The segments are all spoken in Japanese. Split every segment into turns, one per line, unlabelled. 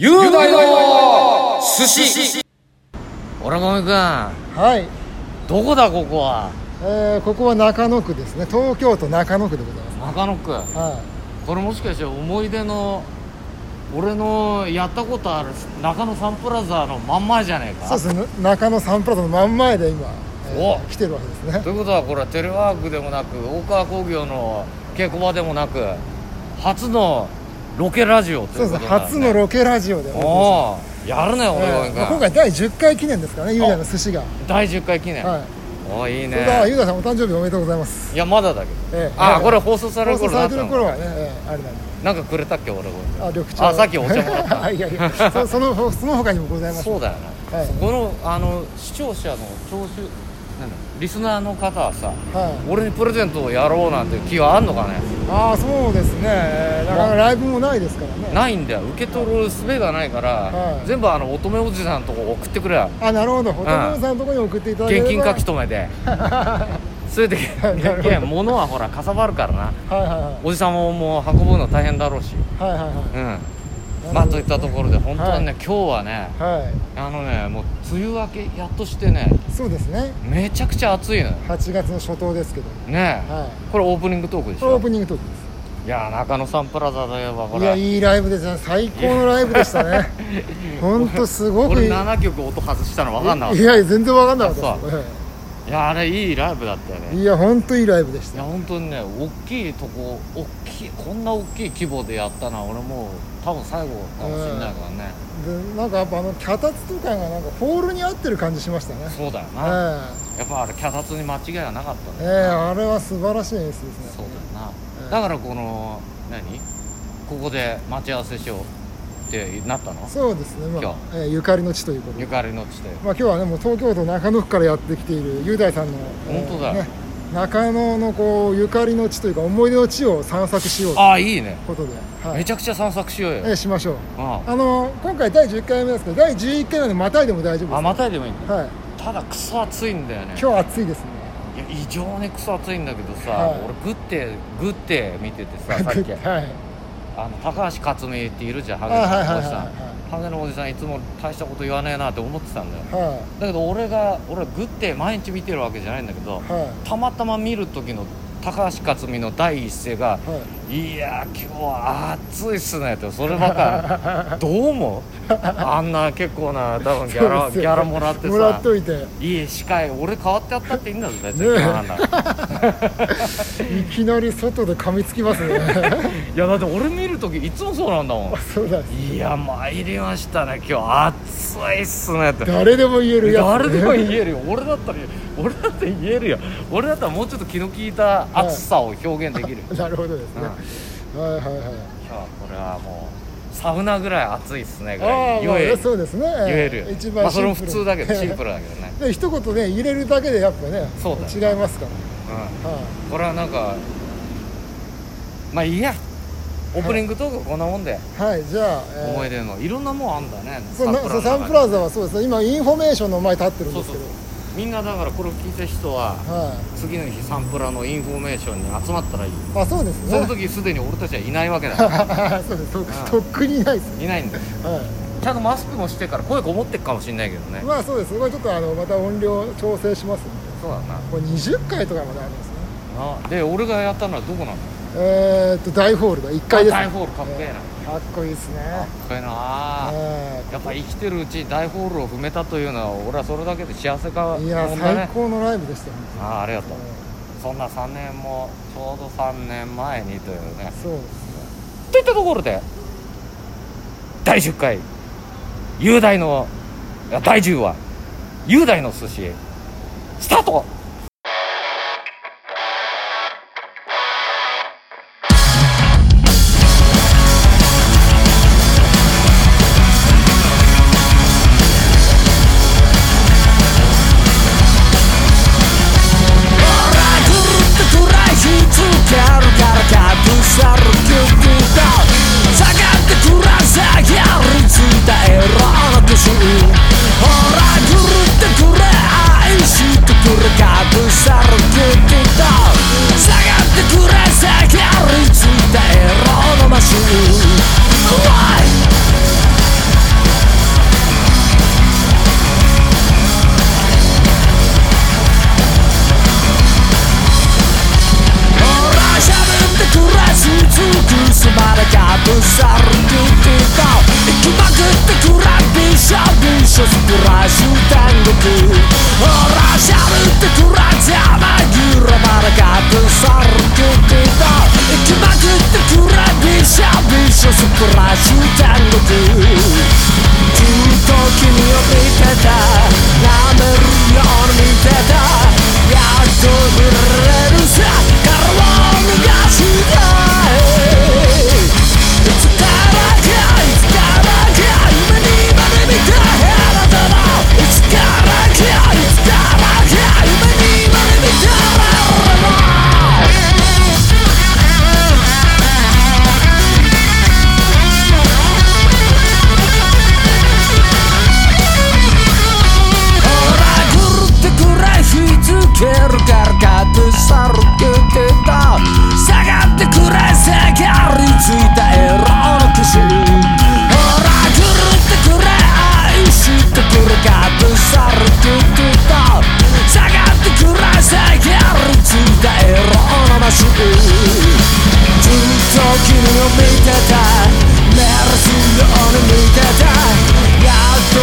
雄大の寿司俺もみくん
はい、
どこだここは
えーここは中野区ですね東京都中野区でございま
中野区
す、は
これもしかして思い出の俺のやったことある中野サンプラザのまんまじゃねえ
い、
か
そうですね中野サンプラザの真ん前で今、えー
お
来てるわけですね
ということはこれはテレワークでもなく大川工業の稽古場でもなく初のロケラジオと
そ
いうう
で
こと
すね
だよね
初のロケラジオでお送
おおやるね
りし
俺
ま
も
す
み
えー今
くん
回第10回記念ですからね雄大の寿司が、は
第10回記
い
念おおいい
それでは
ね
雄大さんお誕生日おめでとうございます、
いやまだだけど
えー
あ
えー
これ放送される
放
頃
送
になった
されてる
の
頃はね、えーあれなんで
なんかくれたっけ俺こ
あ緑茶
あさっきお茶もらった
いやいやそそのその他にもござい
れ
ます
そうだよな、
はい
そこのあの視聴者の聴取なんだリスナーの方はさ
はい、
俺にプレゼントをやろうなんていう気はあんのかね
ああそうですね、えーなかなかライブもないですからね
ないんだよ受け取る術がないから、
はい
全部あの乙女おじさんのとこ送ってくれよ
あなるほどホテルさんのところに送っていただけれ
現
ば
金書き留め でそれで
はいなるほど
いや物はほらかさばるからな
はいはいはい
おじさんももう運ぶの大変だろうし
はいはいは
うん
い
まあといったところで本当はね、
は
今日はね
は
あのねもう梅雨明けやっとしてね
いそうですね
めちゃくちゃ暑いのよ
8月の初頭ですけど
ねえ、
は
これオープニングトークで
い
し
オ
ょ
ープニングトークで
いやー中野サンプラザといえばこ
すいや
れ
いいライブですね最高のライブでした ね本当すご
こ
くい
れ
い
7曲音外したの分かんなかった
いや全然わかんなかったです
いやあれいいライブだったよ
ええ
ね
いや本当いいライブでし
い
た
や本当にね大きいとこ大きいこんな大きい規模でやったのは俺もう多分最後かもしれないからね、
でなんかやっぱあの脚立とかがなんかホールに合ってる感じしましたね
そうだよ
え
な、やっぱあれ脚立に間違いはなかった
えええ
ね、
あれは素晴らしい演出です
そう
ね
だよな、
ええ
だからこの何ここで待ち合わせしようってなったの
そうですねま
今
あ、ええゆかりの地ということで
ゆかりの地で
まあ、今日はねもう東京都中野区からやってきている雄大さんの
本当だ
えーね、中野のこうゆかりの地というか思い出の地を散策しようという
ああいいね
ことで、は
め
い
ちゃくちゃ散策しようよ、
えーしましょう
あ
あの今回第10回目ですけど第11回なんでまたいでも大丈
ああ
夫で
またいでもいいんだ
すはい
ただクソ暑いんだよね
今日暑いですね
いや異常にクソ暑いんだけどさ、
はい
俺グッてグッて見てて ささっき
はい
あの高橋克実っているじゃんハゲ
あはいはい
のお
はい
じさ
は
んハゲのおじさんいつも大したこと言わねえなって思ってたんだよ
いは
だけど俺が俺はグッて毎日見てるわけじゃないんだけど
いは
たまたま見る時の高橋克実の第一声が
いは
「
い
いやー今日は暑いっすね」ってそればか りどう思うあんな結構な多分ギャ
そう
ラ
です
ギ
よ
ャラもらって
もら
さ
っといて
いい司会俺変わってやったっていいんだぞ別に、
ねえ
なんだ
いきなり外で噛みつきま すね
いやだって俺見る時いつもそうなんだも
そうだ
んいや参りましたね今日暑いっすねって
誰でも言えるやつ
誰でも言えるよ俺だったら俺だって言えるよ俺だったらもうちょっと気の利いた暑さを表現で きる、
なるほどですね、はいはいはい
今日はこれはもうサウナぐらい暑いっすねぐら
あ
い
あ
言
まあ
え,、
そうですね
言えるよね
一
まあ
番
そ
シンプル
れも普通だ けどシンプルだけどね、
で一言ね入れるだけでやっぱね
そうだ
違いますから、
う
は
ん、これはなんかまあいいやオープニングトークはこんなもんで、
い、はい、じゃあ、えー
思い出のいろんなもんあんだね
そうなそうサンプ
ザ
ラザはそうですね今インフォメーションの前立ってるん
そう
です
そ
け
う
ど
そうみんなだからこれを聞いた人は
は
次の日サンプラのインフォメーションに集まったらいい
いあそうですね
その時すでに俺たちはいないわけだ
そうですと
ん
とっくにいないです、
いないんだよ
は
ちゃんとマスクもしてから声こもってくかもしれないけどね
い、まあそうですこれちょっとあのまた音量調整しますんで
そうだな
これ20回とかまであるん
な
ですね
で俺がやったのはどこなの
えー、っと大ホールだ1階です
大ホールかっけえな
かっこいいですね
かっこいいなあ
え
やっぱ生きてるうちに大ホールを踏めたというのは俺はそれだけで幸せか
ーいや
もんだ
最
ね
高のライブでしたよ
ああありがとう
本
そんな3年もちょうど3年前にというね
当にうんそうですね
といったところで第10回雄大のいや第10話雄大の寿司スタート
「ぐるっとくらいひっつけるから隠さる曲だ」「下がってくらさやり伝えろあの年」「ほらぐるっとくれ愛してくれかすっぽらしたんごとずっと君を見てたなめるように見てたやっと見られるさからを逃がしたい「いつからかいつからか夢にまで見たあなただ」e「いつからかいつからか夢にまで見たあなただ」「ほら狂ってくらい引きつけるからかってさるけてた」「下がってくらい下がりついたエロの化身」「ほら狂ってくらい愛してくるかってさるけてた」「下がってくらい下がりついたエロのマシン」「ずっと君を見てた」「メールするように見てた」「やっと振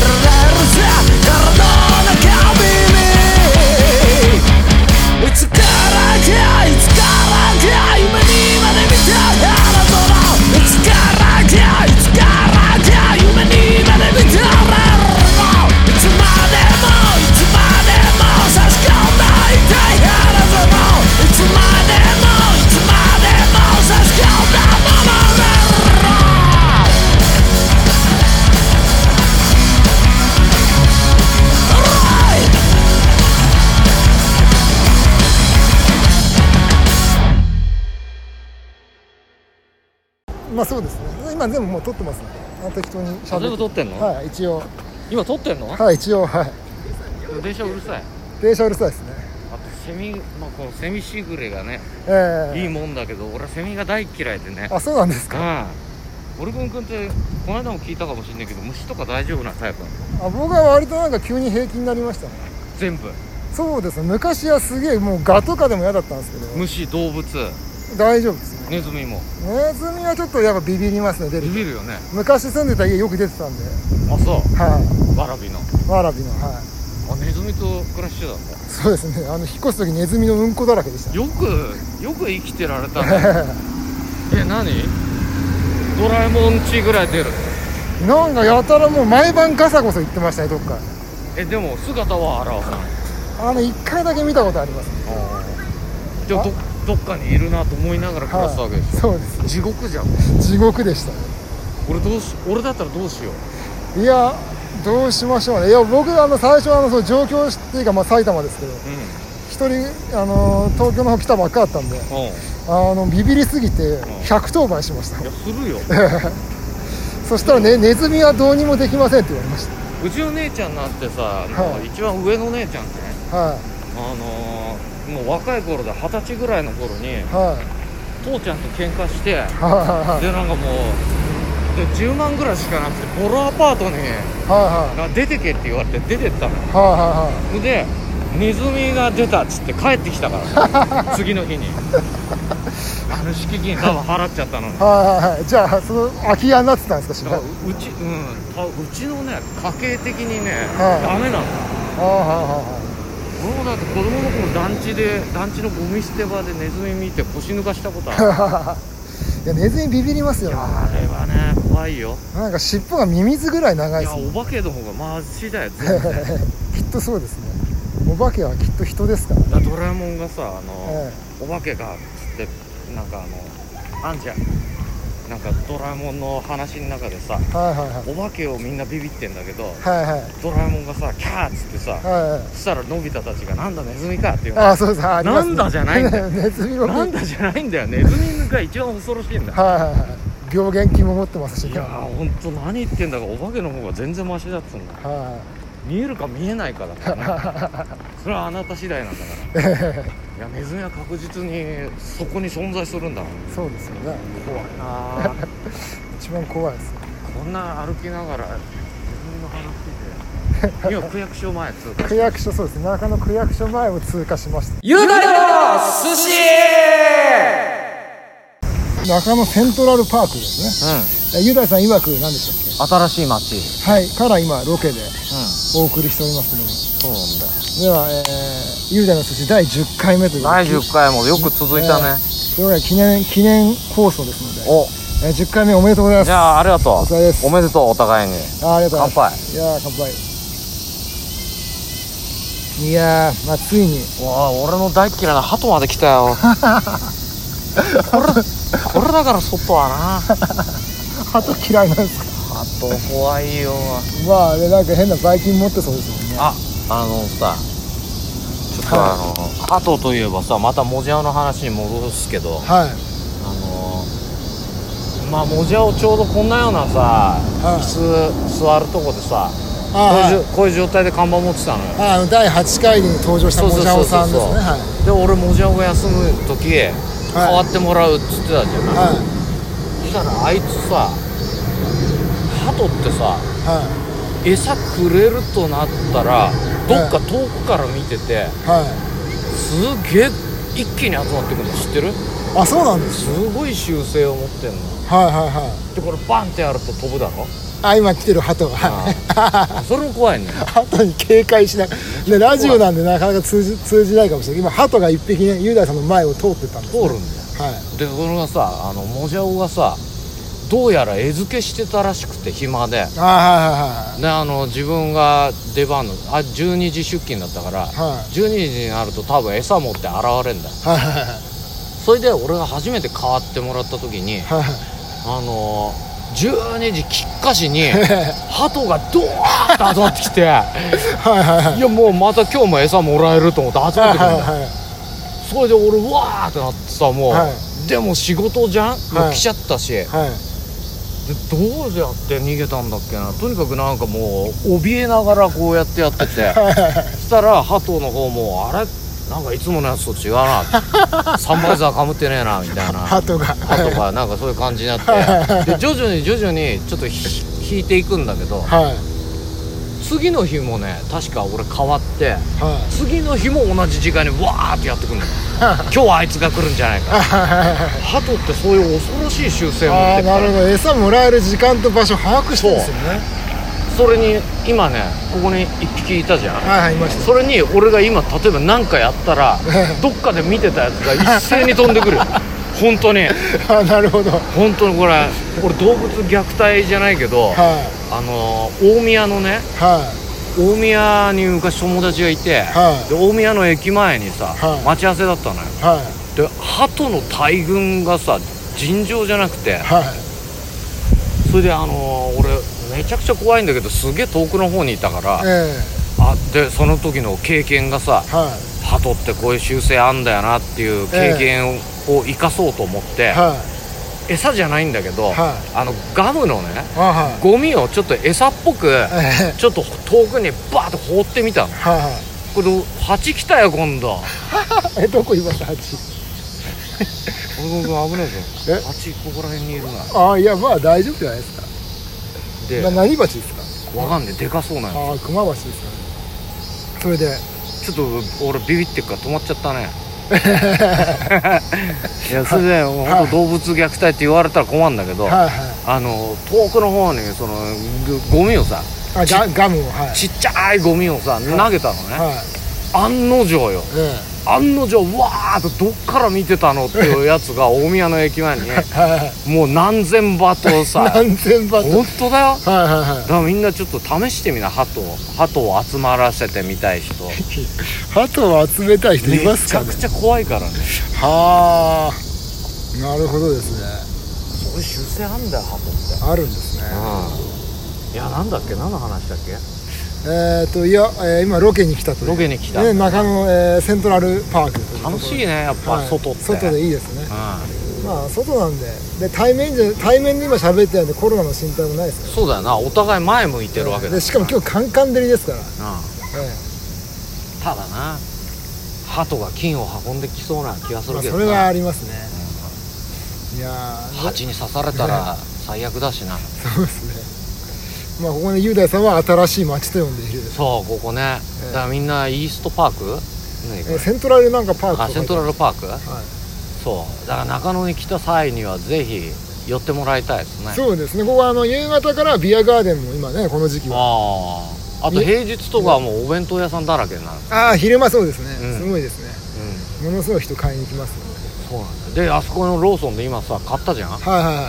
られる「体の中身に」「いつからかいつからか夢にまで見たあなたの」「いつからかいつからか夢にまで見たあなたの」「いつまでもいつまでも差し込んだ痛いあなたの」「いつまでもいつまでも差し込んだままだ」
まあそうですね今全部もう撮ってますんであ適当にし
あ全部撮ってんの
はい一応
今撮ってんの
はい一応はい
電車うるさい
電車うるさいですね
あとセミ、まあ、このセミしぐれがね
ええ
いいもんだけど俺はセミが大嫌いでね
あそうなんですか
うんオルゴン君ってこの間も聞いたかもしんないけど虫とか大丈夫なタイプなの
あ僕は割となんか急に平気になりましたね
全部
そうですね昔はすげえもうガとかでも嫌だったんですけど
虫動物
大丈夫ですね
ネズミも
ネズミはちょっとやっぱビビりますね出
ビ
る
ビるよね
昔住んでた家よく出てたんで
あそ
は
うわらびの
いわらびのは
あネズミと暮らしてたんだ
いそうですねあの引っ越す時ネズミのうんこだらけでした
よくよく生きてられたね え何ドラえもんちぐらい出る
なんかやたらもう毎晩ガサゴサ言ってましたねどっか
えでも姿は現さない
あの一回だけ見たことあります
でもどどっかにいるなと思いながら暮らすわけでしょ、
そうです
地獄じゃん
地獄でしたね
俺どうし俺だったらどうしよう
いやどうしましょうねいや僕あの最初はあのその上京してっていうか、まあ、埼玉ですけど
う
一人あの東京の方来たばっかだったんで
んうんい
あのビビりすぎて110番しました
やするよ
そしたらねネズミはどうにもできませんって言われまし
うちの姉ちゃんなんてさ、も
は
う
い
一番上の姉ちゃんね
たは
あのー、もう若い頃で二十歳ぐらいの頃に
いはい
父ちゃんと喧嘩して
はいはい
でなんかもうで10万ぐらいしかなくてボロアパートに
はい
な出てけって言われて出てったのよ
はいは
でネズミが出たっつって帰ってきたからね次の日にあの敷金多分払っちゃったのに
いはいはいはいはいじゃあその空き家になってたんですかし
だ
ら
か
は
ら
いう
うちうんたうちのね家系的にね、
は
ダ
い
メなの
はいは
俺もだって子供の頃団地で団地のゴミ捨て場でネズミ見て腰抜かしたことある
い はいいやネズミビビりますよ
い
ね
やあれはね怖いよ
なんか尻尾がミミズぐらい長
い
いで
や
す
お
ね
化けの方がマシだよ全然
きっとそうですねお化けはきっと人ですからね、
だドラえもんがさあの、
え
お化けがっつってなんかあのあんじゃんなんかドラえもんの話の中でさ
えはいはいはい
お化けをみんなビビってんだけど
はいはい
ドラえもんがさキャーっつってさ
はいはい
そしたらのび太たちがなんだネズミかっていうの
ああそうですあります、
なんだじゃないんだよ
ネズミ僕
なんだじゃないんだよネズミが一番恐ろしいんだ
はいはいはい病原菌も持ってますし
い
ね
やーほんと何言ってんだかお化けの方が全然マシだっつうんだ
は
見えるか見えないかだからねそれはあなた次第なんだからいやネズミは確実にそこに存在するんだ
いそうですよね
怖いなあ
一番怖いですよ
こんな歩きながらネズミの話で今区役所前通過
区役所そうですね中野区役所前を通過しました
雄大の寿司
中野セントラルパークです
う
ねえ雄大さん曰く何でしたっ
ん新しい街うん
けはいから今ロケで
そ
お送りしております
うなんだ
けどもでは、えー、雄大の寿司第10回目ということで
第10回もよく続いたね
というわけで記念記念放送ですので
お
えー10回目おめでとうございます
じゃあありがとう
お疲れです
おめでとうお互いに
あーありがとうございます
乾杯
いやー乾杯いやー、まあ、ついに
うわあ俺の大っ嫌いな鳩まで来たよ これこれだから外はな
鳩嫌いなんですか
鳩怖いよ
まああれなんか変なばい菌持ってそうですもんね
ああのさちょっとあの鳩といえばさまたモジャオの話に戻すけど
は
あ
い
のまあモジャオちょうどこんなようなさ
はい
椅子座るとこでさこう
あ
い
ー
うじょこういう状態で看板持ってたのよ
あー第8回に登場した
そう
も
そう
じゃ
そう
お
そ
さ
うん
ですねはい
で俺モジャオが休む時代わってもらうっつってたじゃない
はい
そしたらあいつさ鳩ってさ
は
餌くれるとなったらどっか遠くから見てて
いは
すげえ一気に集まってくるの知ってる
いあそうなんです
すごい習性を持ってんの
はいはいはい
でこれバンってやると飛ぶだろ
あ今来てる鳩がはい
あそれも怖いね
鳩に警戒しないでラジオなんでなかなか通じ通じないかもしれない今鳩が一匹ね雄大さんの前を通ってったんです、
通
ね、
るんだよ
はい
でそれがさあのモジャオがさどうやら餌付けしてたらしくて暇で
あ
であの自分が出番のあ12時出勤だったから、
はい
12時になると多分餌持って現れんだよ
ーはいはいはいはい
それで俺が初めて代わってもらった時に
はいはい
あのー12時きっかしに 鳩がドーンと集まってきてい
はいはいはい
やもうまた今日も餌もらえると思って集めてくるんだよ
はいはい
それで俺うわーってなってさもう、
は
でも仕事じゃん、も
は
う
い
来ちゃったしで
はい
どうやって逃げたんだっけなとにかくなんかもう怯えながらこうやってやっててそしたら鳩の方もあれなんかいつものやつと違うな サンバイザーかぶってねえなみたいな
鳩が
歯とかなんかそういう感じにな ってで徐々に徐々にちょっとひ引いていくんだけど
はい
次の日もね確か俺変わって
は
次の日も同じ時間にわーってやってく るの今日はあいつが来るんじゃないか
い
鳩ってそういう恐ろしい習性を持っ
あ
て
あ
るか
なる
ら
ほど餌もらえる時間と場所把握してるんですよね
それに今ねここに一匹いたじゃん
はいはいいまし
それに俺が今例えば何かやった らどっかで見てたやつが一斉に飛んでくるよ本当に
たあなるほどは
本当にこれ俺動物虐待じゃないけど
いは
あのー大宮のね
い
大宮に昔友達がいて、
はい
で大宮の駅前にさ、
はい
待ち合わせだったのよ
は
で鳩の大群がさ尋常じゃなくて
いはい
それであのー俺めちゃくちゃ怖いんだけどすげえ遠くの方にいたから、
え
あでその時の経験がさ
えは
鳩ってこういう習性あんだよなっていう経験を,、生かそうと思っ
い
て、
はい
餌じゃないんだけど、
は
あのガムのね
あはい
ゴミをちょっと餌っぽく
ええ
ちょっと遠くにバーッと放ってみたの。
はいはい
これ蜂来たよ今度
えどこいます蜂
俺も危ねえ
え
ぞ蜂ここら辺にいるな
ああいやまあ大丈夫じゃないですか
で
な何蜂ですか
わかんねえでかそうなの
ああ熊蜂ですかねそれで
ちょっと俺ビビってっから止まっちゃった ねいやそれでもう
はい
本当動物虐待って言われたら困るんだけど、
はいは
あの遠くの方にそのゴゴミをさ
いあガガムをはい
ちっちゃいゴミをさ投げたのね、
はい
案の定よ
ええ
案の定わーっとどっから見てたのっていうやつが大宮の駅前に
はいはい
もう何千羽とさ
何千羽と
本当だよ
はいはいは
だからみんなちょっと試してみな鳩を鳩を集まらせてみたい人
い鳩を集めたい人いますか
め
ね
ちゃくちゃ怖いからね
はあなるほどですね
そういう習性あんだよ鳩って
あるんですね
うんいやなんだっけ何の話だっけ
えっ、ー、といや、えー今ロケに来たという
ロケに来た
ね、中野、えーセントラルパークというところ
楽しいねやっぱ、
はい
外って
外
うん
でいいですねまあ外なんでで対面じゃ対面で今喋ってるんでコロナの心配もないですか
そうだよなお互い前向いて
ら
るわけだ
でしかも今日カンカン照りですから、
うん
え
ただな鳩が金を運んできそうな気がす
えま
る
あ、
け
そ
ど
れ
な
はありますね、いやー
蜂に刺されたら最悪だしな
そうですねまあここで雄大さんは新しい街と呼んでいる、
そうここね
ええ
だからみんなイーストパーク何こ
え
れ
ーセントラルなんかパークと
あ
か
セントラルパーク
はい
そうだから中野に来た際にはぜひ寄ってもらいたいですね
そうですねここはあの夕方からビアガーデンも今ねこの時期は
あああと平日とかはもうお弁当屋さんだらけになる、
ああ昼間そうですね、
うん
すごいです
うん、
ねものすごい人買いに来ますね
そうなんだであそこのローソンで今さ買ったじゃん
はいはいは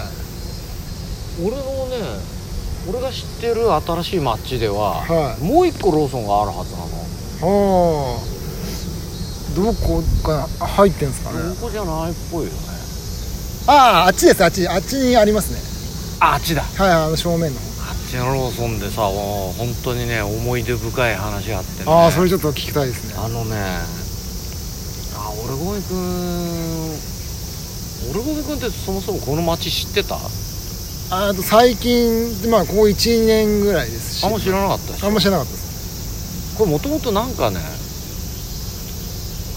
い
俺のね俺が知ってる新しい街では、
はい
もう一個ローソンがあるはずなの
はあどこか入ってんすかね
ここじゃないっぽいよね
あああっちですあっちあっちにありますね
あっちだ
はいあの正面の
あっちのローソンでさもう本当にね思い出深い話があってね
方ああそれちょっと聞きたいですね
あのねあ俺込くん俺込くんってそもそもこの街知ってたあ
あと最近まあここ1年ぐらいですし
んま知らなかったでし
あ
ょ
んま知らなかったです
これもともとなんかね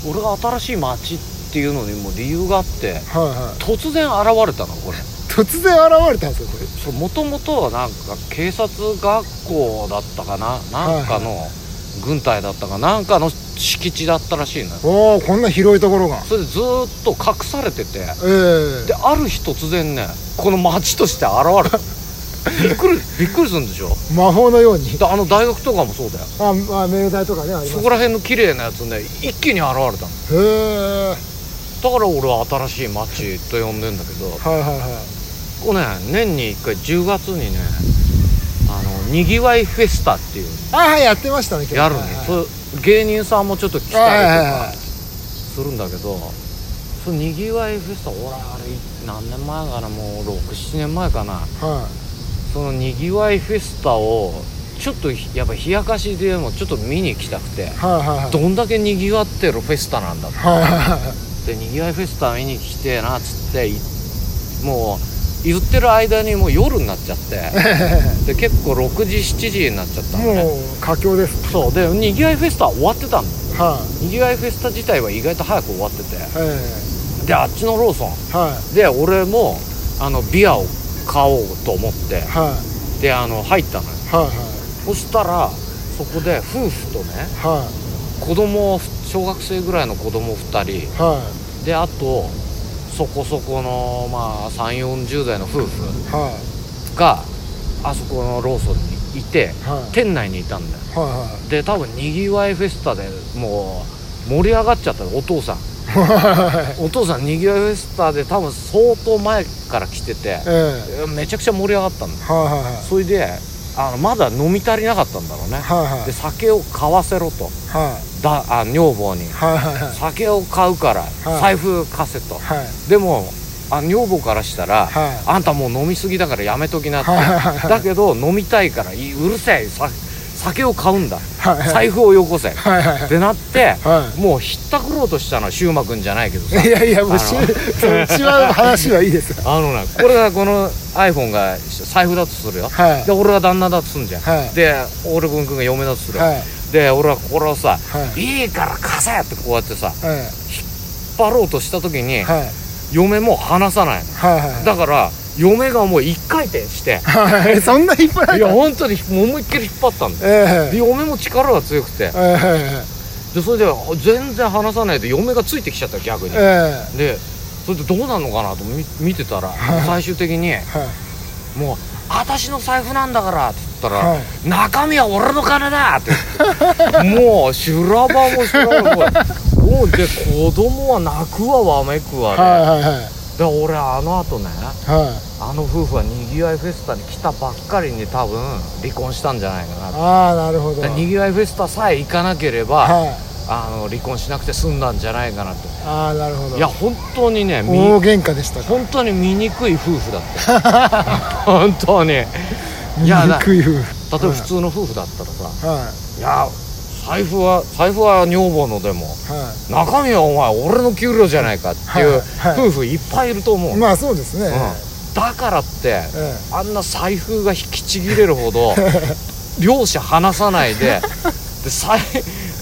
俺が新しい街っていうのにも理由があって
はいはい
突然現れたのこれ
突然現れたんですよこれ
そうもともとはなんか警察学校だったかななんかの軍隊だったかなんかの敷地だったらしいのよ
おおこんな広いところが
それでずーっと隠されてて
ええ
である日突然ねこの街として現れたびっく りびっくりするんでしょ
魔法のように
であの大学とかもそうだよ
あ、まあ、明大とかねあり
そ
ます
こら辺の綺麗なやつね一気に現れたの
へえ
だから俺は新しい街と呼んでんだけど
はいはいはい
こうね年に1回10月にねあのにぎわいフェスタっていう
あはいやってましたね今日
やるの、
はいはい
そう芸人さんもちょっと来
はいは
たりと
いは
かするんだけどそのにぎわいフェスタ俺あれ何年前かなもう67年前かな
は
そのにぎわいフェスタをちょっとひやっぱ冷やかしでもちょっと見に行きたくて
いはいはいはい
どんだけにぎわってるフェスタなんだっ
はいはいはい
てにぎわいフェスタ見に来てえなっつっていもう言ってる間にもう夜になっちゃってで結構6時7時になっちゃったのね
もう佳境です
そうでにぎわいフェスタは終わってたの
は
にぎわいフェスタ自体は意外と早く終わってて
いえ
であっちのローソン
えは
で俺もあのビアを買おうと思って
いはい
であの入ったのよ
はい
そしたらそこで夫婦とね
はい
子供小学生ぐらいの子供2人
はい
であとそこそこのまあ3 4 0代の夫婦
はい
があそこのローソンにいて
はい
店内にいたんだよ
はいは
で多分にぎわいフェスタでもう盛り上がっちゃったのお父さん
い
お父さんにぎわいフェスタで多分相当前から来てて
ええ
めちゃくちゃ盛り上がったんだ
はいはいはい
それであのまだ飲み足りなかったんだろうね
はいはい
で酒を買わせろと
はい
だあ女房に
はいはいはい
酒を買うから財布貸せと、
はい
でもあ女房からしたら、
はい
あんたもう飲みすぎだからやめときなって、
はいはいはい
だけど飲みたいからいいうるせえさ酒を買うんだ、
はいはい
財布をよこせ、っ
はいはい
てなって、
は
もうひったくろうとしたのはく君じゃないけどさ
いいやいやもうし
あの
その一番の話はいいですよ
あのねこれがこの iPhone が財布だとするよ、
はい
で俺が旦那だとすんじゃん、
はい
で俺君が嫁だとするよ、
はい
で俺はこれをさ、
はい
い、いから貸せってこうやってさ
え
引っ張ろうとした時に、
えはい
嫁も離さないの
はいはい
だから嫁がもう一回転して
はいそんな引っ張ら
い
れ
や
た
本当に思いっきり引っ張ったんだよ
え
で嫁も力が強くて
ええ
でそれで全然離さないで嫁がついてきちゃった逆に
ええ
でそれでどうなるのかなと見見てたら最終的に
えはい
もう「私の財布なんだから」って言ったら、
はい
中身は俺の金だ!」って言ってもう修羅場も修羅場ももうで子供は泣くわわめくわで、
はいはいはい
で俺あの後ね
はい
あの夫婦はにぎわいフェスタに来たばっかりに多分離婚したんじゃないかなだか
ああなるほど
らにぎわいフェスタさえ行かなければ、
はい
あの離婚しなくて済んだんじゃないかなと
ああなるほど
いや本当にねみ
大喧嘩でしたか
本当に醜い夫婦だった 本当にいやだ
憎い夫婦
例えば普通の夫婦だったらさ、
はい
や財布は財布は女房のでも
いは
中身はお前俺の給料じゃないかっていう
はいはい
夫婦いっぱいいると思う、
いまあそうですね
うん、だからって
え
あんな財布が引きちぎれるほ ど両者離さないでで財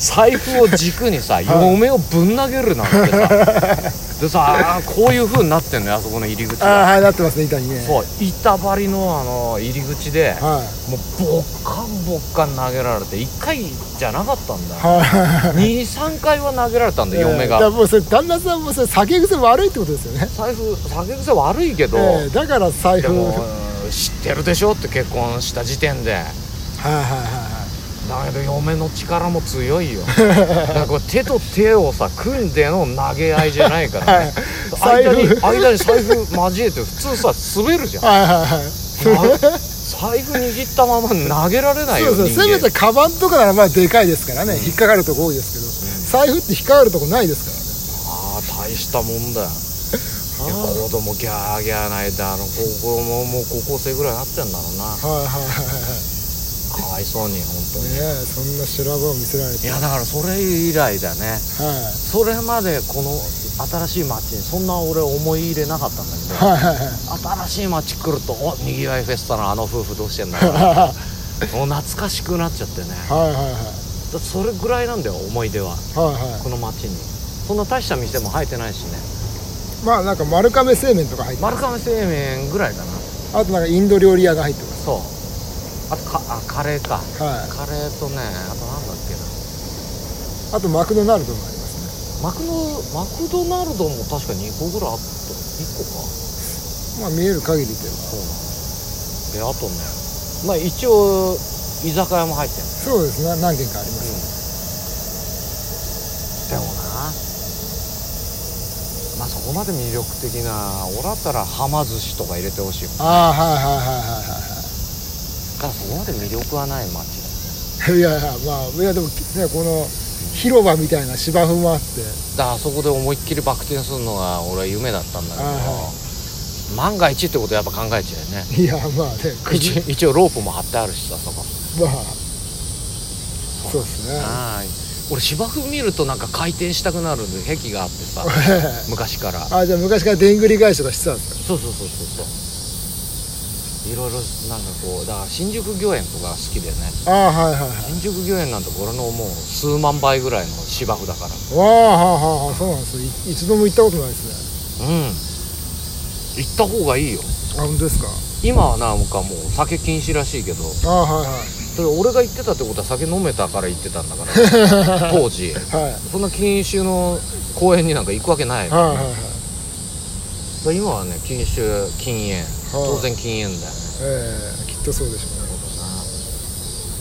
財布を軸にさ嫁をぶん投げるなんてさでさあーこういう風になってんのよあそこの入り口
えあ
が
あはいなってますね板にね
そう板張りのあの入り口で
はい
もうボッカンボッカン投げられて1回じゃなかったんだよ
は
23回は投げられたん
い
だよ、嫁
ええだから
が
もうそれ旦那さんもそれ酒癖悪いってことですよね
財布酒癖悪いけど、
ええだから財
で
布
も
は
うん知ってるでしょって結婚した時点で
いはいはい
だけど嫁の力も強 いよだからこれ手と手をさ組んでの投げ合いじゃないからね、
はい
間に
財布
間に財布交えて普通さ滑るじゃん
はいはいはいはい
財布握ったまま投げられない
そ
よ
うそう
人
せ
間
めてカバンとかならまあでかいですからね、引っかかるとこ多いですけど、財布って引っかかるとこないですか
あ
ら
あ大したもんだよいや
あ
子供ギャーギャー泣いてあの子供も高校生ぐらいになってんだろうな
はいはいはいはい
かわいそうに本当に
ねえそんな修羅場を見せられ
い
て
やだからそれ以来だね
は
それまでこの新しい街にそんな俺思い入れなかったんだけ
い
ど
はいはいはい
新しい街来るとおにぎわいフェスタのあの夫婦どうしてんだろ
は
うもう懐かしくなっちゃってねだ
いはいはい
ってそれぐらいなんだよ思い出は
はいは
この街にそんな大した店も入ってないしね
いまあなんか丸亀製麺とか入って
丸
ます
亀製麺ぐらいだな
あとなんかインド料理屋が入ってます
そうあとかあカレーか
は
カレーとねあとなんだっけない
あとマクドナルドもあります
マクドマクドナルドも確か2個ぐらいあった1個か
ねまあ見える限りでは
そうなのであとねまあ一応居酒屋も入ってる
そうですね何軒かあります、
でもなまあそこまで魅力的な俺だったらはま寿司とか入れてほしい
ああはいはいはいはいはいはい
からそこまで魅力はない街
いやいやまあいやでもねこの広場みたいな芝生もあって
だからあそこで思いっきりバク転するのが俺は夢だったんだけど、
はいは
万が一ってことやっぱ考えちゃうよね
いやまあね
一一応ロープも張ってあるしさそこ
まあそうですね
はい俺芝生見るとなんか回転したくなる壁があって さ昔から
あじゃあ昔からでんぐり返しとかしてたんですか
そうそうそうそうそういろいろなんかこうだから新宿御苑とかが好きでね
ああはいはいはい
新宿御苑なんて俺のもう数万倍ぐらいの芝生だから
わあはあはあはあそうなんですよい一度も行ったことないですね
うん行った方がいいよ
あ本当ですか
今はなんかもう酒禁止らしいけど
ああはいは
それ俺が行ってたってことは酒飲めたから行ってたんだから 当時
いはい
そんな禁酒の公園になんか行くわけない、
はいはいはい
今はね禁酒禁煙当然禁煙だよね
ええきっとそうでしょうね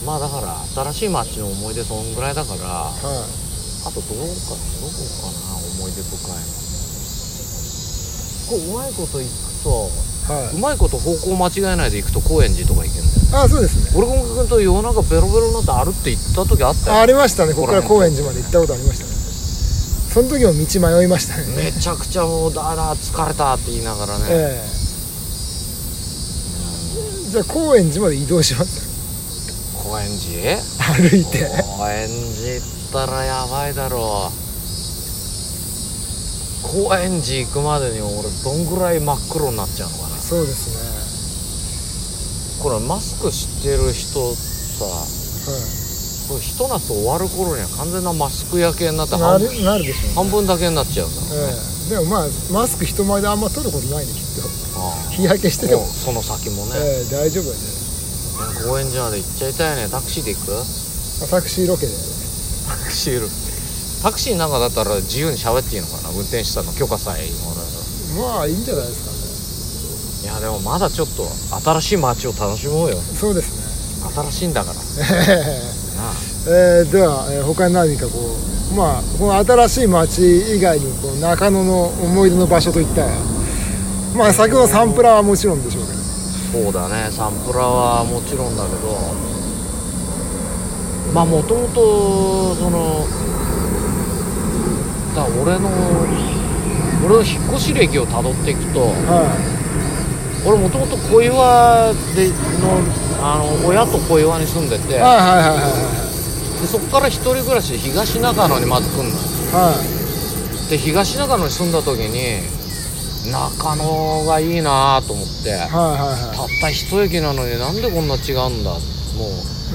まあだから新しい街の思い出そんぐらいだから
は
あとどうかどこかな思い出深いのこううまいこと行くと
いは
う
い
まいこと方向間違えないで行くと高円寺とか行けんだよ
ああそうですね
俺君君と夜中ベロベロになって歩って行った時あった
あ
よ
ありましたねここから高円寺まで行ったことありましたねその時も道迷いましたね
めちゃくちゃもうだだ疲れたって言いながらね、
ええじゃあ高円寺まで移動します
高円寺
歩いて
高円寺行ったらやばいだろう高円寺行くまでに俺どんぐらい真っ黒になっちゃうのかな
そうです
これマスクしてる人さ
ね
これひと夏終わる頃には完全なマスク焼けになって
はい
半
な
分
るなるでしょうね
半分だけになっちゃうんだろうね
ええでもまあマスク人前であんま取ることないねきっと
あ
日焼けしてて
あ
も
その先もね、
ええ大丈夫だね
公園寺まで行っちゃいたいねタクシーで行く
タクシーロケで
タクシーいるタクシーなんかだったら自由に喋っていいのかな運転手さんの許可さえもらえば
まあいいんじゃないです
いやでもまだちょっと新しい街を楽しもうよ
かねそうですね
新しいんだからなあ
えーでは、えー他に何かこうまあこの新しい町以外にこう中野の思い出の場所といったらまあ先ほどサンプラーはもちろんでしょうけど
そうだねサンプラーはもちろんだけどまあもともとそのだから俺の俺の引っ越し歴をたどっていくと
は
俺もともと小岩でのあの親と小岩に住んでて
いはいはいは
でそこから一人暮らしで東中野にまず来んの
いはい
で東中野に住んだ時に中野がいいなと思って
はいはい
た
は
った一駅なのになんでこんな違うんだも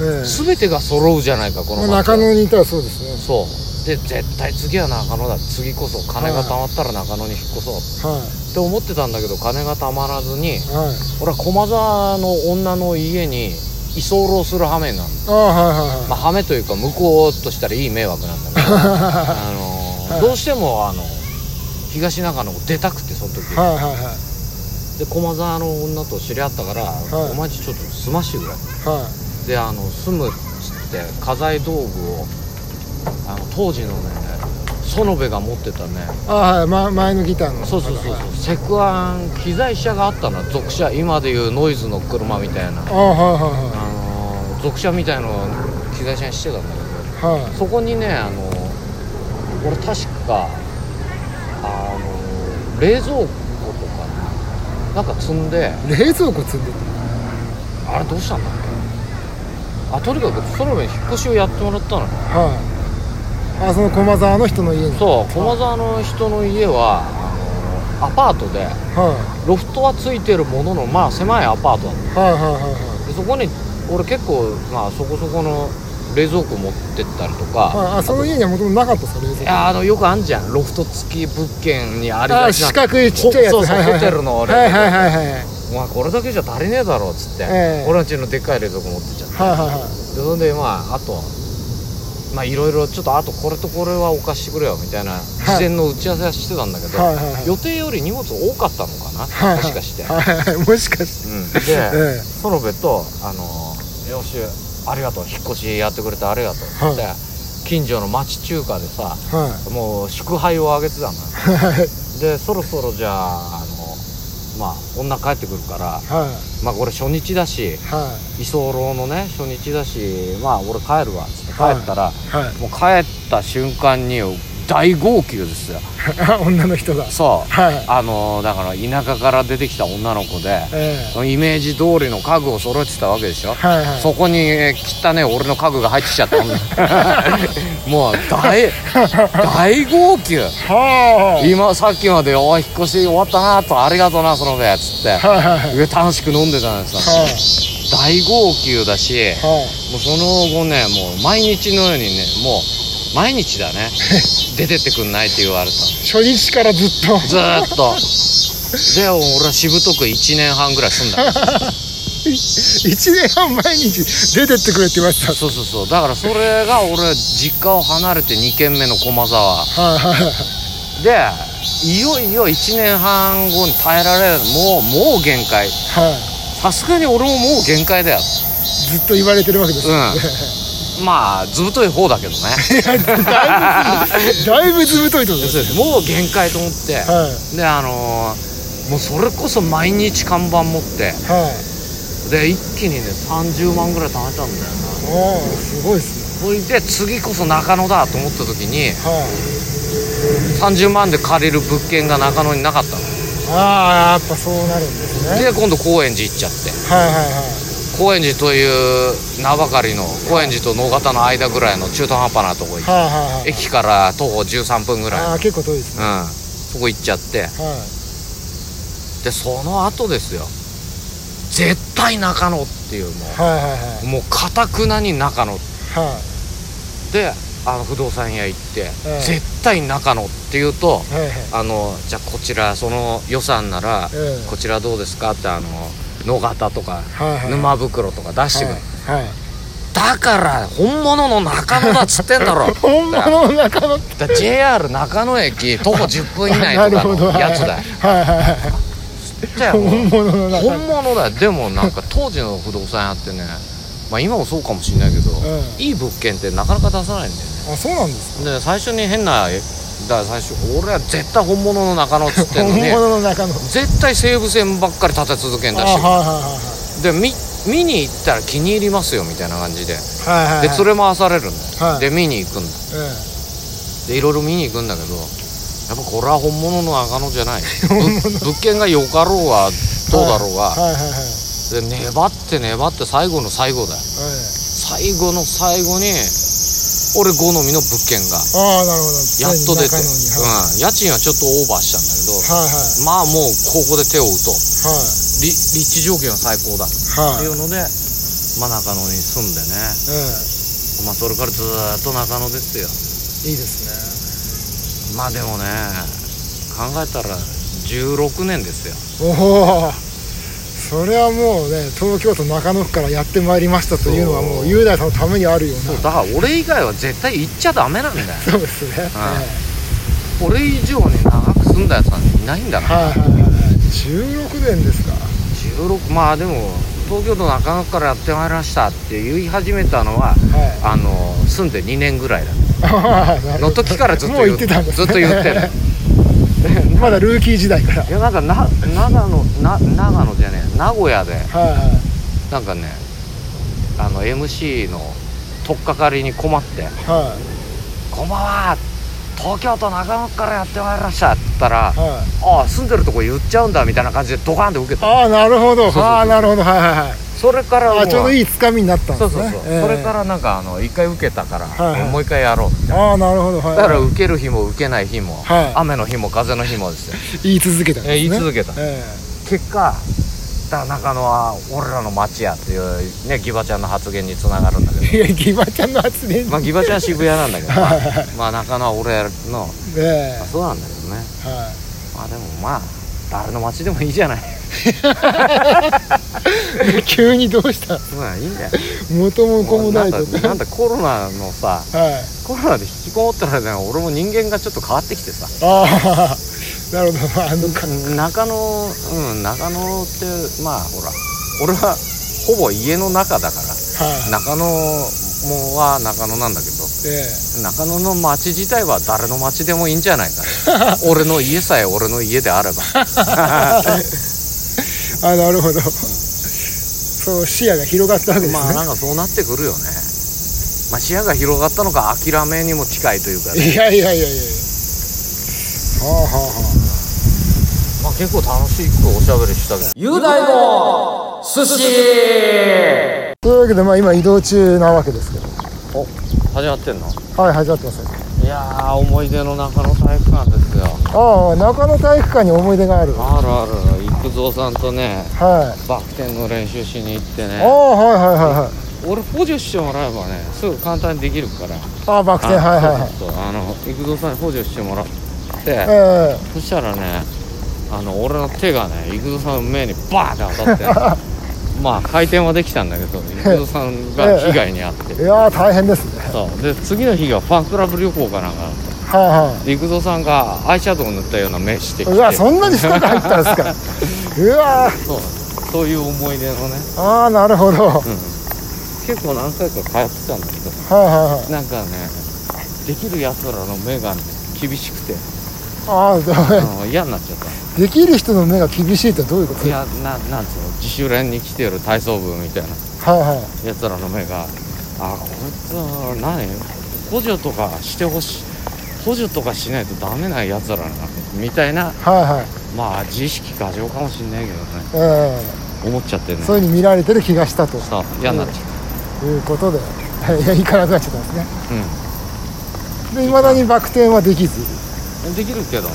う
いね
全てが揃うじゃないかこの
え
街
まあ中野にいたらそうですね
そうで絶対次は中野だ次こそ金が貯まったら中野に引っ越そう
は
って思ってたんだけど金が貯まらずに
いはい
俺は駒沢の女の家に居候する羽目になる
ああはい
まあ羽目というか向こうとしたらいい迷惑なんだ けど
は
あのー
はい
どうしてもあの東中野を出たくてその時
いはいはいはいはい
で駒沢の女と知り合ったから、
はい
お前んちちょっと住ましてくれ
は
であの住むっつって家財道具をあの当時のね園部が持ってたね
あはい、ま、前のギターの
そうそうそう
はい
そうセクアン機材車があったな属車今でいうノイズの車みたいな
あは
あのー属車みたいのを機材車にしてたんだけ
いはいはいはい
どそこにねあのー俺確かあのー冷蔵庫とかなんか積んで
冷蔵庫積んで
あれどうしたんだっけあとにかくソロベに引っ越しをやってもらったのよ
たはいあその駒沢の人の家に
そう駒沢の人の家はあのアパートで
は
ロフトはついてるもののまあ狭いアパートだった
いはいはいはい
でそこに俺結構まあそこそこの冷蔵庫持ってったりとか、
はいはいあその家にはもともとなかったですか冷
い
蔵庫
やあのよくあんじゃんロフト付き物件にあり
あ
が
あ
ちな
四角いちっちゃいやつ
そうそう、
はいはいはい
ホテルの俺、
はいはいはいはいはい
お前これだけじゃ足りねえだろっつって、
ええ
俺んちのでっかい冷蔵庫持ってっちゃって
はいはい
でそんでまああとまあいろいろちょっとあとこれとこれは置かしてくれよみたいな事前の打ち合わせはしてたんだけど、
はいはいはい
予定より荷物多かったのかな、
は
も
い
しかして、
はいはいもしかして
うん、で、
え
ソロベと「あのよしありがとう引っ越しやってくれてありがとう」って、
はい
近所の町中華でさ
えはい
もう祝杯をあげてたのよ
はい
でそろそろじゃああのまあ女帰ってくるから
は
まあこれ初日だし
いは
居候のね初日だしまあ俺帰るわっつって
はい
帰ったら、
いはい
もう帰った瞬間に大号泣ですよ
あ 女の人だ
そう、
はい
あのだから田舎から出てきた女の子で
ええ
イメージ通りの家具を揃えてたわけでしょ、
はいはい
そこにえー汚ね俺の家具が入ってきちゃったもん もう大大号泣
は
今さっきまで「おい引っ越し終わったな」と「ありがとうなそのべ」っつって
あはいはいはい
上楽しく飲んでたのにさ大号泣だし
はい
もうその後ねもう毎日のようにねもう毎日だ ね出てってくんないって言われた
初日からずっ と
ずーっとで俺はしぶとく1年半ぐらい住んだ
1年半毎日出てってくれって言われてた
そうそうそうだからそれが俺実家を離れて2軒目の駒沢
はいはいはい
でいよいよ1年半後に耐えられるもうもう限界
はい
さすがに俺ももう限界だよ
ずっと言われてるわけ ですよね
まあずぶとい方だけどね
だいぶずぶといってことです
もう限界と思って
はい
であのーもうそれこそ毎日看板持って
はい
で一気にね30万ぐらい貯めたんだよな
おおすごいっすね
それで次こそ中野だと思った時に
はい
30万で借りる物件が中野になかったの
ああやっぱそうなるんですね
で今度高円寺行っちゃって
はいはい
高円寺という名ばかりの高円寺と能形の間ぐらいの中途半端なとこ行って
はいはいはいはい
駅から徒歩13分ぐらい
ああ結構遠いですね
うんそこ行っちゃって
は
でその後ですよ絶対中野っていうも
いはいはいは
うもうかたくなに中野
いは
であの不動産屋行って、
ええ
絶対中野って言うと
いはいはい
あのじゃあこちらその予算なら、
ええ
こちらどうですかってあの野方とか、
はいはい
沼袋とか出してくる、
はい
だから本物の中野だっつってんだろ
本物の中の
だ JR 中野駅徒歩10分以内
な
と
る
か
ほ
の
どはい
やつだよ
はいはいは い
だよ
本物の中
本物だよでもなんか当時の不動産屋ってねまあ今もそうかもしんないけど、
え
いい物件ってなかなか出さないんだよね
あそうなんです
で最初に変なだから最初俺は絶対本物の中野っつってん
本
のに
物の中の
絶対西武線ばっかり立て続けんだ
あはい
し
は
で見見に行ったら気に入りますよみたいな感じで
いはいはいはいはい
で連れ回されるんだよ、
はい
で見に行くんだ
え
でいろいろ見に行くんだけどやっぱこれは本物の中野じ ゃないぶ物件がよかろうがどうだろう
え
が
はいはいはいはい
で粘って粘って最後の最後だよ最後の最後に俺好みの物件が
ああなるほど
やっと出て、
中野には
うん、家賃はちょっとオーバーしたんだけど、
いはいはい
まあもうここで手を打とう
は
り立地条件は最高だって
いはい
いうので、まあ、中野に住んでね、
え
まあ、それからずーっと中野ですよ
えいいです
まあでもね考えたら16年ですよ
ねおおそれはもうね東京都中野区からやってまいりましたというのはもう雄大さんのためにあるような
だから俺以外は絶対行っちゃダメなんだよ
そうですね、
はい
え
俺以上に長く住んだやつなんていないんだ
え
な
はいはいはいはい16年ですか
16まあでも東京都中野区からやってまいりましたって言い始めたのは
は
あの住んで2年ぐらいだね
ああな る
の
ほど
時からずっと
もう言ってたんです
ず
ね
っと言ってる
まだルーキー時代からはい
いやなんかな長野な長野じゃねえ名古屋で
は
なんかねあの MC の取っかかりに困って
いは
「こんばんは東京都中野区からやってまいりました」って言ったら「
いはい
ああ住んでるとこ言っちゃうんだ」みたいな感じでドカンって受けた
ああなるほど
そうそう
ああなるほどはいはいはい
それから
あ
も
あちょうどいいつかみになったん
そ
で
うそ
す
う
ね
そう、
ええ
それからなんかあの一回受けたから、
はいはい
もう一回やろう
ああなるほどはい
だから受ける日も受けない日も、
はい
雨の日も風の日もですよ
言い続けたんですね
え言い続けた
え
結果だ中野は俺らの町やっていうねギバちゃんの発言につながるんだ けど
えいやギバちゃんの発言
まあギバちゃん渋谷なんだけど、まあ、まあ中野は俺の
ねえ
そうなんだけどね
は
まあでもまあ誰の町でもいいじゃない
い 急にどうした
まあいいんだよ
元も子も
な
なんい
だ
と
なんだコロナのさ
はい
コロナで引きこもったらね俺も人間がちょっと変わってきてさ
ああ なるほどあのか
中野うん中野ってまあほら俺はほぼ家の中だから
はい
中野もは中野なんだけど
え
中野の街自体は誰の街でもいいんじゃないか な俺の家さえ俺の家であれ ば
えあなるほどそう視野が広がったわけです
まあ
ね、
なんかそうなってくるよねまあ視野が広がったのか諦めにも近いというかね
いやいやいやいやはあはあはあ
まあ結構楽しくおしゃべりしたけど
雄大の寿司
というわけでまあ今移動中なわけですけど
お始まってんの
はい始まってますよ
いやー思い出の中野体育館ですよ
ああ中野体育館に思い出があるはい
あるある育三さんとね
あ
バク転の練習しに行って
あ
ね
はいはいはいはい
俺補助してもらえばねすぐ簡単にできるから
ああバク転はいはいはい
そうそうあの育三さんに補助してもらって
え
そしたらねあの俺の手がね育三さんの目にバーンって当たって まあ回転はできたんだけど育三さんが被害に遭って
えいやー大変ですね
そうで次の日がファンクラブ旅行かなんか
は
育三さんがアイシャドウ塗ったような目して
い
き
は
て
い、うわそんなに深く入ったんです かうわー
そうそういう思い出のね、
ああなるほどはい
うん、結構何回か通ってたんだけど
はいはい
なんかねできるやつらの目がね厳しくて
ああだ
あ
め
の嫌になっちゃった
できる人の目が厳しいってどういうこと
い
はい
やななんつうの自主練に来てる体操部みたいな
は
やつらの目があこいつは何補助とかしてほしい補助とかしないとダメなやつらなみたいない
はいはい
まあ自意識過剰かもしんないけどね
え
思っちゃってね
えそういうふうに見られてる気がしたと
さあ嫌になっちゃっ
いうことではいいや行かなくなっちゃったんですね
たう
でいまだにバク転はできず
んできるけどね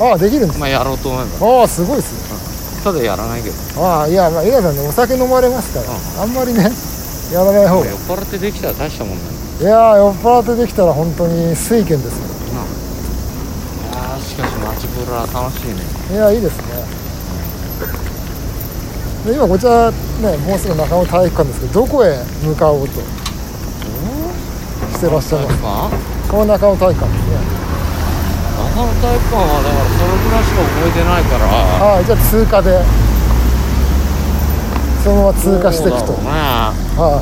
ああできるんです
まあやろうと思え
ああすごいですね
ばただやらないけど
ああいやまあ皆さんねお酒飲まれますから、あんまりねやらない方が
酔っ払ってできたら大したもんだよ
いやー酔っ払ってできたら本当に水拳ですよ
あーしかし街ブラ楽しいね
いやいいですねで今こちらねもうすぐ中野体育館ですけどどこへ向かおうとしてらっしゃい
体
ま
育
す
館
この中野体育館ですね
中野体育館はだからそれぐらいしか覚えてないから
はいじゃあ通過でそのまま通過していくと
どうだろ
は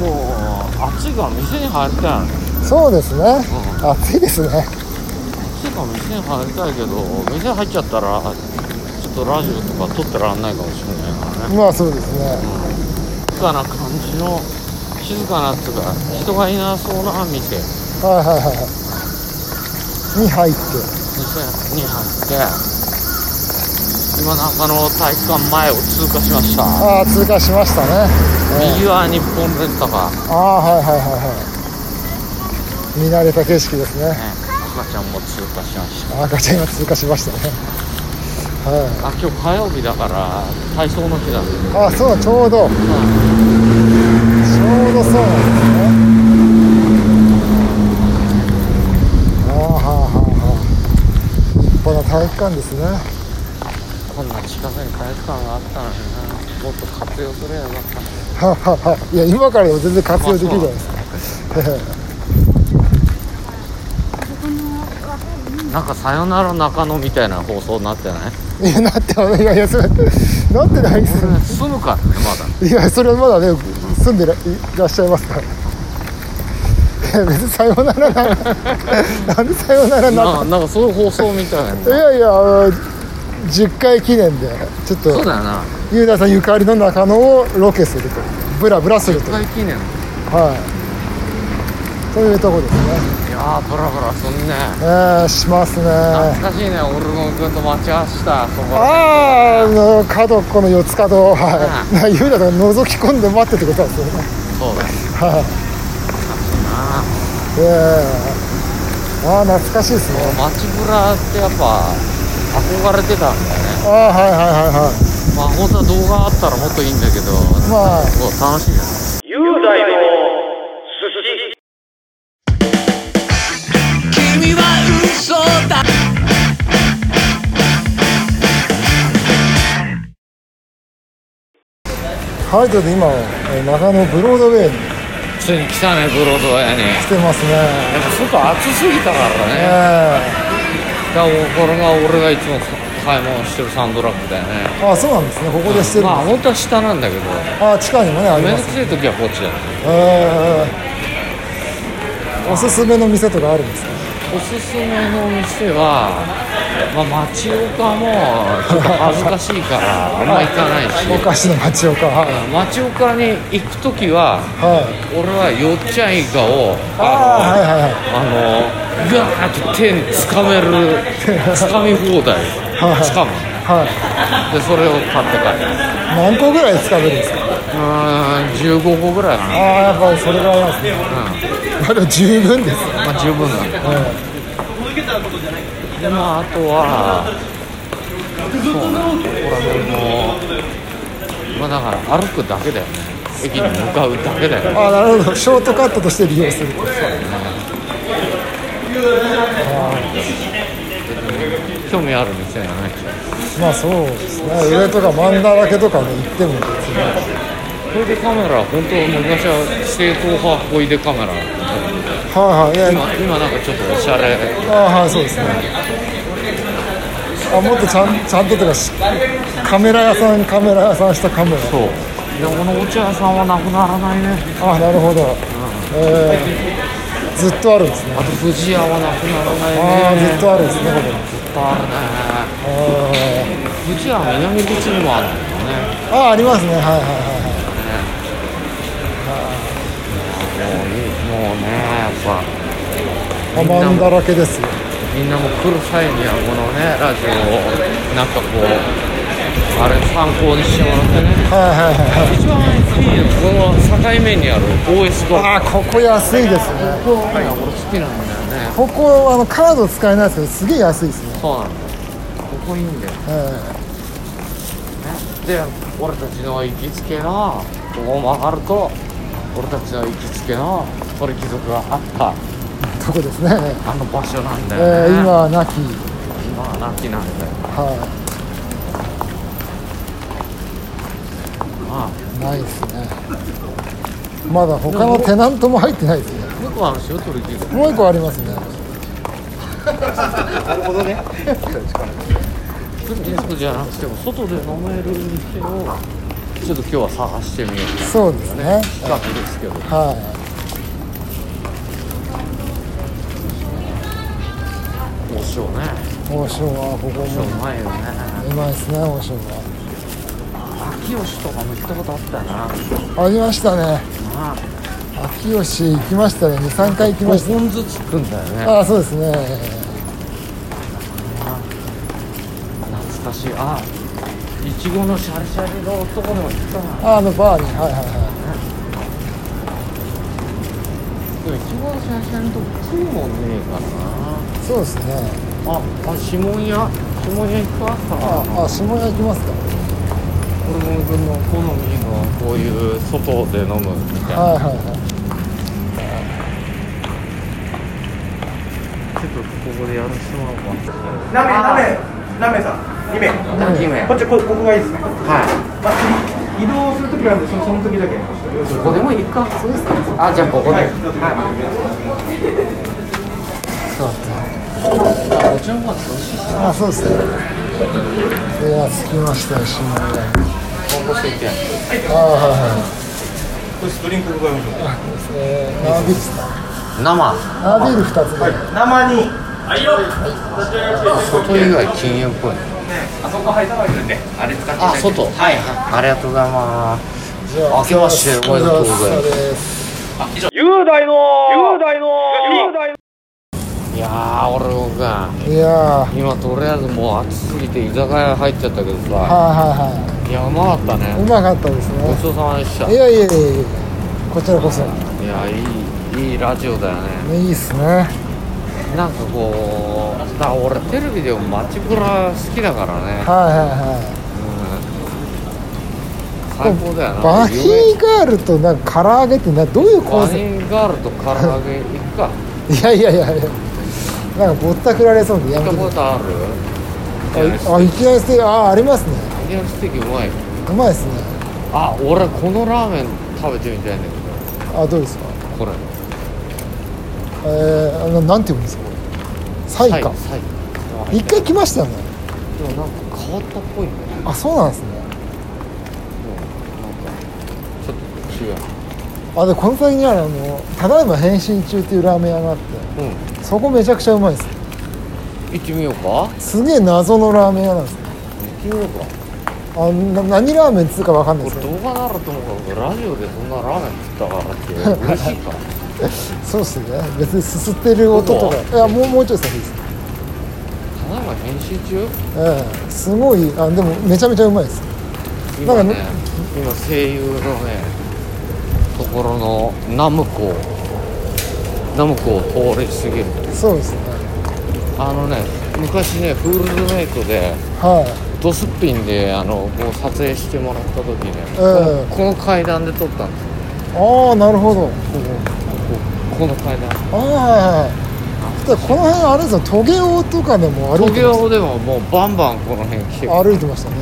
うねもう暑いから店に入りたいよね
いそうですね暑いですね
暑いから店に入りたいけど店入っちゃったらちょっとラジオとか撮ってらんないかもしれないからね
まあそうですね
静かな感じの静かなっつうか人がいなそうな店店
はいはいはいはいに入って
に入って今中野体育館前を通過しました
ああ通過しましたね、ええ
右は日本レンタカー
ああはいはいはいはい見慣れた景色ですね
ね赤ちゃんも通過しました
赤ちゃんが通過しましたね
あ
は
今日火曜日だから体操の日だ
いあそうだちょうどちょうどそうなんですねああはあはあはあ立派な体育館ですね
こんな近くに体育館があったのになもっと活用すればよかった
はあはあはあいや今からでも全然活用できるじゃないですか、え
なんか「さよなら中野」みたいな放送になって ない
えいやなってないいやいやそれなってないですよ
住むからねまだ
いやそれはまだね住んでらいらっしゃいますからいや別にさよならなんかなんでさよなら な
ななんか そういう放送みたい
い
な
やいやあの10回記念でちょっ
そう
と
だよな
ユーダさんゆかりの中野をロケするとブラブラすると
1回記念い
はいそういうとこですね
やーブラブラすんね
えー、しますねあ
懐かしいね俺も君と待ち合わせたそこ
あーあの角この四つ角はい
あ
な ユーダさん覗き込んで待ってってことなんですよね
そうだ
はい
な
ええああ懐かしいですね
街ブラってやっぱ憧れてたんだよね
ああはいはいはいはい
まあ本当は動画あったらもっといいんだけど
まあ
すごい楽しいよね
君は嘘だ
はいということで今えー中野ブロードウェイに
ついに来たねブロードウェイに
来てますね
やっぱ外暑すぎたから
ええ
ねだからこれが俺がいつも買い物してるサンドラッグだよね
ああそうなんですねここでしてるんです、
まあ本当は下なんだけど
ああ地下にもねあり
めん
ま
どく
す
せえ時はこっちだよね
ええおすすめの店とかあるんですか
おすすめのお店は、まあ、町岡もちょっと恥ずかしいから あんま行かないし
お菓子の町岡はい
町岡に行く時は
はい
俺はよっちゃんイカを
ああ
あ
はいはいは
のあ
い
のガーッと手につかめるつかみ放題
はい
つかむ
はい
でそれを買って帰る
何個ぐらい使えるんですか
うーん15個ぐらいか
あ
な、
あやっぱそれぐらいなんですね、まだ十分ですよ
まあ、十分なんだ
え
でまああとはそうねこれもうまあだから歩くだけだよね駅に向かうだけだよ
え
ね
ああなるほどショートカットとして利用すると
興味ある店やね
まあそうですね上とか漫画だけとかね行っても別に
これでカメラ本当昔は正統派ホイデカメラ
はいはいいや
今今なんかちょっとおしゃれ
ああはいそうですねあもっとちゃんちゃんととかしカメラ屋さんカメラ屋さんしたカメラ
そうでこのお茶屋さんはなくならないね
ああなるほど、えーずっとあるんですね
あと富士屋はなくなら
あ
な
あ
いね
ずっとあるんですねこ
ずっとあるね
こに
富士屋は南口にもあるんだよね
ああああありますねはいはいはいはい
もういいもうねやっぱ
あ
みんな
マンだらけですよ
みんなも来る際にはこのねラジオをなんかこうあれ参考にしてもらってね
はいはいはいはい
一番いいのはこの境目にある OS バ
あ
ー
あここ安いですね
ここが俺好きなんだよね
ここあのカード使えないですけどすげえ安いですね、
そうなんだよここいいんだよね
え
で俺たちの行きつけのここを曲がると俺たちの行きつけの鳥貴族があった
えとこですね、
あの場所なんだ
え
よね、
ー、今はなき
今はなきなんだよ
は
まあ
いないですねまだ他のテナントも入ってないですね
向こうあるでしょ鳥貴族
もう一個ありますね。
ディスクじゃなくても外で飲める店をちょっと今日は探してみよう
そうですね。
近くですけど
はい。
おしょうね
王将はここ
おしょう
も
うまいよね
うまいですね。王将は。
秋吉とかも行ったことあったよな
ありましたね。
まあ
秋吉行きましたね。二三回行きま
5
した。
本ずつ行くんだよね
ああ、そうですね。
懐かしいあいちごのシャリシャリの男にも行ったな
ああのバーに。はいはいは
でもいちごのシャリシャリのとこ食うもんねえから
い。そうですね。
なああ指紋屋指紋屋行くか
あ
あ
あ、あ下屋行きますか。
俺も君の好みのこういう外で飲むみたいな
はいはいはい。
ちょっとここでやらせてもらおうか
ラーメン、ラーメン、ラーメンさん、2名。
2名
こっち、こ、ここがいいですね。
は
まあ、移動するときなんで、その、その時だけ。
いここでもいいかそうですかあじゃあここで、
はい
そう
あこっちの方が美味しい
ああ、そうですね。いや、着きましたよ。下屋。
今後していって
ああ、はいはい。
そしてドリンクございましょう。
ええー、何ですか。
生
あビール2つで、
生に
外以外禁煙っぽいねあそこ入った方がいいねあれ使ってあ外はいありがとうございます
じゃあ
明けましておめでとうございます
お疲れ様です
いやー俺が
いやー
今とりあえずもう暑すぎて居酒屋入っちゃったけど
はい
さ
はい
やうまかった
いはい
ね
うまかったです
ご
ね
ちそうさまでした
いやいやいやいやこちらこそね
いやいいいいラジオだよね
いいっすね
なんかこうだから俺テレビでも街ブラ好きだからね
はいは
最高だよ
いはい
な
バヒーガールとなんか唐揚げってなどういう
バ
コン
ヒ
セプ
ーガールと唐揚げ行くか
トいやいやいやいやなんかぼったくられそうでや
行った
めて
こ
く
とある
れあいきなりステーキああありますね
イギリステーキうまいう
まいですね
あ俺このラーメン食べてみたいんだ
あどうですか
けどこれ
えー、あのなんて読むんですかこれサイカ
サイサイ
一回来ましたよね
でもなんか変わったっぽいねなん
あそうなんですね
かちょっと違う
あでこの先にあるあの「ただいま変身中」っていうラーメン屋があっ
うん
てそこめちゃくちゃうまいです
行ってみようか
すげえ謎のラーメン屋なんです
行ってみようか
あな何ラーメンっつうかわかんないです
俺
けど
動画ならともかくラジオでそんなラーメン食った からって嬉しいか
そうっすね別にすすってる音とか
ど
いやもうもうちょい先です
ただいま編集中
ええすごいあでもめちゃめちゃうまいです
今
なんか
ね
ね
今声優のねところのナムコナムコを通り過ぎる
そうですね
あのね昔ねフールズメイトで
はい
ドスッピンであのもう撮影してもらった時ね、
うん
このこの階段で撮ったんですよ
ああなるほど
こここの階段
ああはいはいだからこの辺あれですよトゲオとかでも歩
東
いてまし
京でももうバンバンこの辺来てる
た歩いてましたね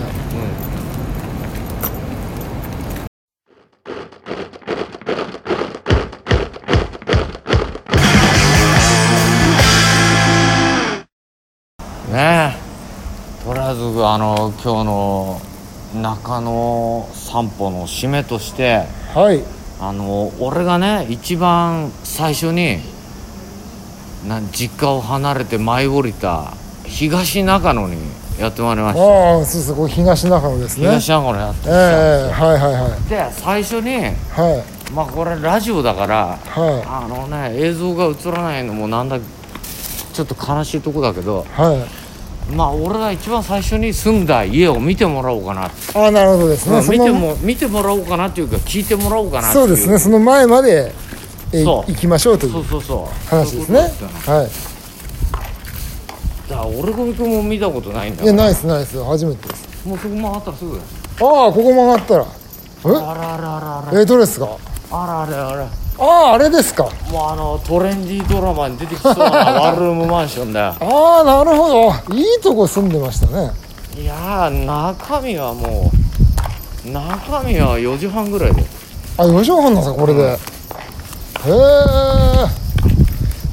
ねえとりあえずあの今日の中野散歩の締めとして
はい
あの俺がね一番最初にな実家を離れて舞い降りた東中野にやってまいりました
ああそうですこれ東中野ですね
東中野にやって
ええはいはいはい
で最初に
はい
まあこれラジオだから
は
あのね映像が映らないのもなんだちょっと悲しいとこだけど
いはい
まあ俺が一番最初に住んだ家を見てもらおうかなって
ああなるほどです
まあ
ねそ
見て
の
も見てもらおうかなっていうか聞いてもらおうかなってい
そううですねその前までえい
そう
行きましょうとい
そう
う
そうそう
話です
そう
ね
いうことだよ
はい
だから俺ゴミ君も見たことないんだか
いや
ら
ないですないです初めてです
もうそこ回ったらすぐだよ
ああここ曲がったら
あらあらあらあ
え
ら
えどれですか
あらあらあら
あああれですか
もうあのトレンディードラマに出てきそうなワンルームマンションだよ
ああなるほどいいとこ住んでましたね
いやー中身はもう中身は4時半ぐらいで
あ四畳半なんですかこれで、
うん
へえ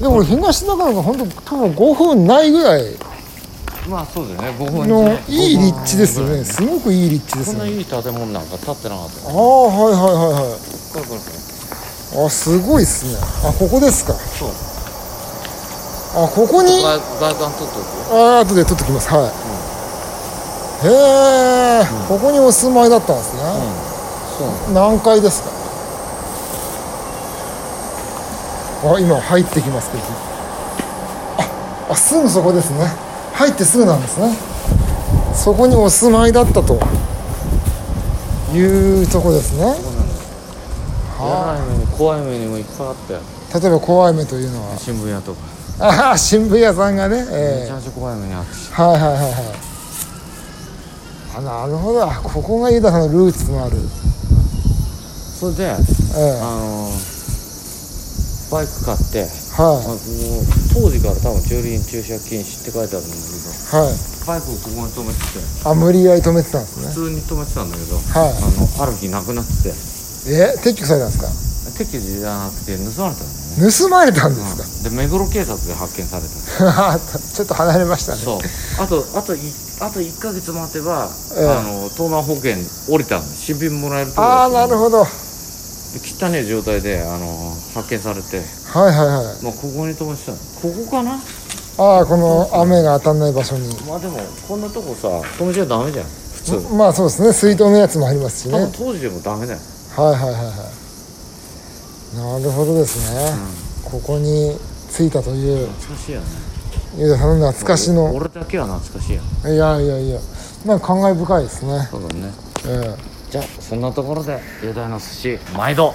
でも俺東中野が本当多分5分ないぐらい
まあそうだよね5分
のいい立地ですよね
こ
すごくいい立地です
ん
よ
な
ね
いい建物なんか建ってなかった
あ
よ
あはいはいはいはい
これこれこれ
あすごいっすねあここですか
そう
あここに
外外観取っとく
あ後で取ってきますはい、へえ、ここにお住まいだったんですね、
そうなの
何階ですかあ今入ってきますけどああすぐそこですね入ってすぐなんですねそこにお住まいだったというとこですねは
やらない目に怖い目にもいっぱいあったよ
あ例えば怖い目というのは
新聞屋とか、
ああ新聞屋さんがね、え
めちゃめちゃ怖い目にあったし
え はいはいはいはいあなるほどあここがユダさんのルーツのある、
それで、
ええ
あのーバイク買ってあ
は
もう当時から多分駐輪駐車禁止って書いてあるんだけ
いはい
どバイクをここに止めてて
あ無理やり止めてたんですね
普通に止めてたんだけど、
はい
あのある日なくなってて
え撤去されたんですか
撤去じゃなくて盗まれたんだよね
盗まれたんですか、
で目黒警察で発見された
ちょっと離れましたね
そうあとあといあと1ヶ月待てば、
ええ
あの盗難保険降りたの新品もらえるとこ
ああなる
ど
ほど
汚い状態で、あの発見されて、
はいはいはい
まあ、ここに飛ばしたのここかな
ああこの雨が当たんない場所に
まあでもこんなとこさ止めちゃダメじゃん普通
まあそうですね水筒のやつもありますしね
多
はい
分当時でもダメだよ
はいはいはいなるほどですね、ここに着いたという
懐かしいよね
ゆうたさんの懐かしの
俺だけは懐かしいよ
いやいやいやなんか感慨深いですね、
そうだね
ええ
じゃあそんなところで「雄大の寿司」毎度